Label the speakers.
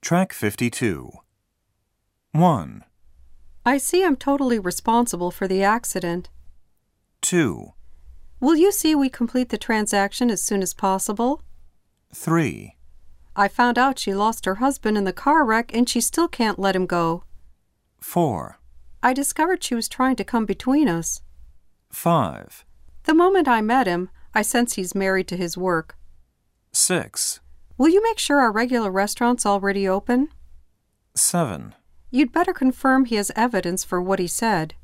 Speaker 1: Track 52. 1,
Speaker 2: I see I'm totally responsible for the accident.
Speaker 1: 2,
Speaker 2: Will you see we complete the transaction as soon as possible?
Speaker 1: 3,
Speaker 2: I found out she lost her husband in the car wreck and she still can't let him go.
Speaker 1: 4,
Speaker 2: I discovered she was trying to come between us.
Speaker 1: 5,
Speaker 2: The moment I met him, I sense he's married to his work.
Speaker 1: 6,
Speaker 2: Will you make sure our regular restaurant's already open?
Speaker 1: 7.
Speaker 2: You'd better confirm he has evidence for what he said.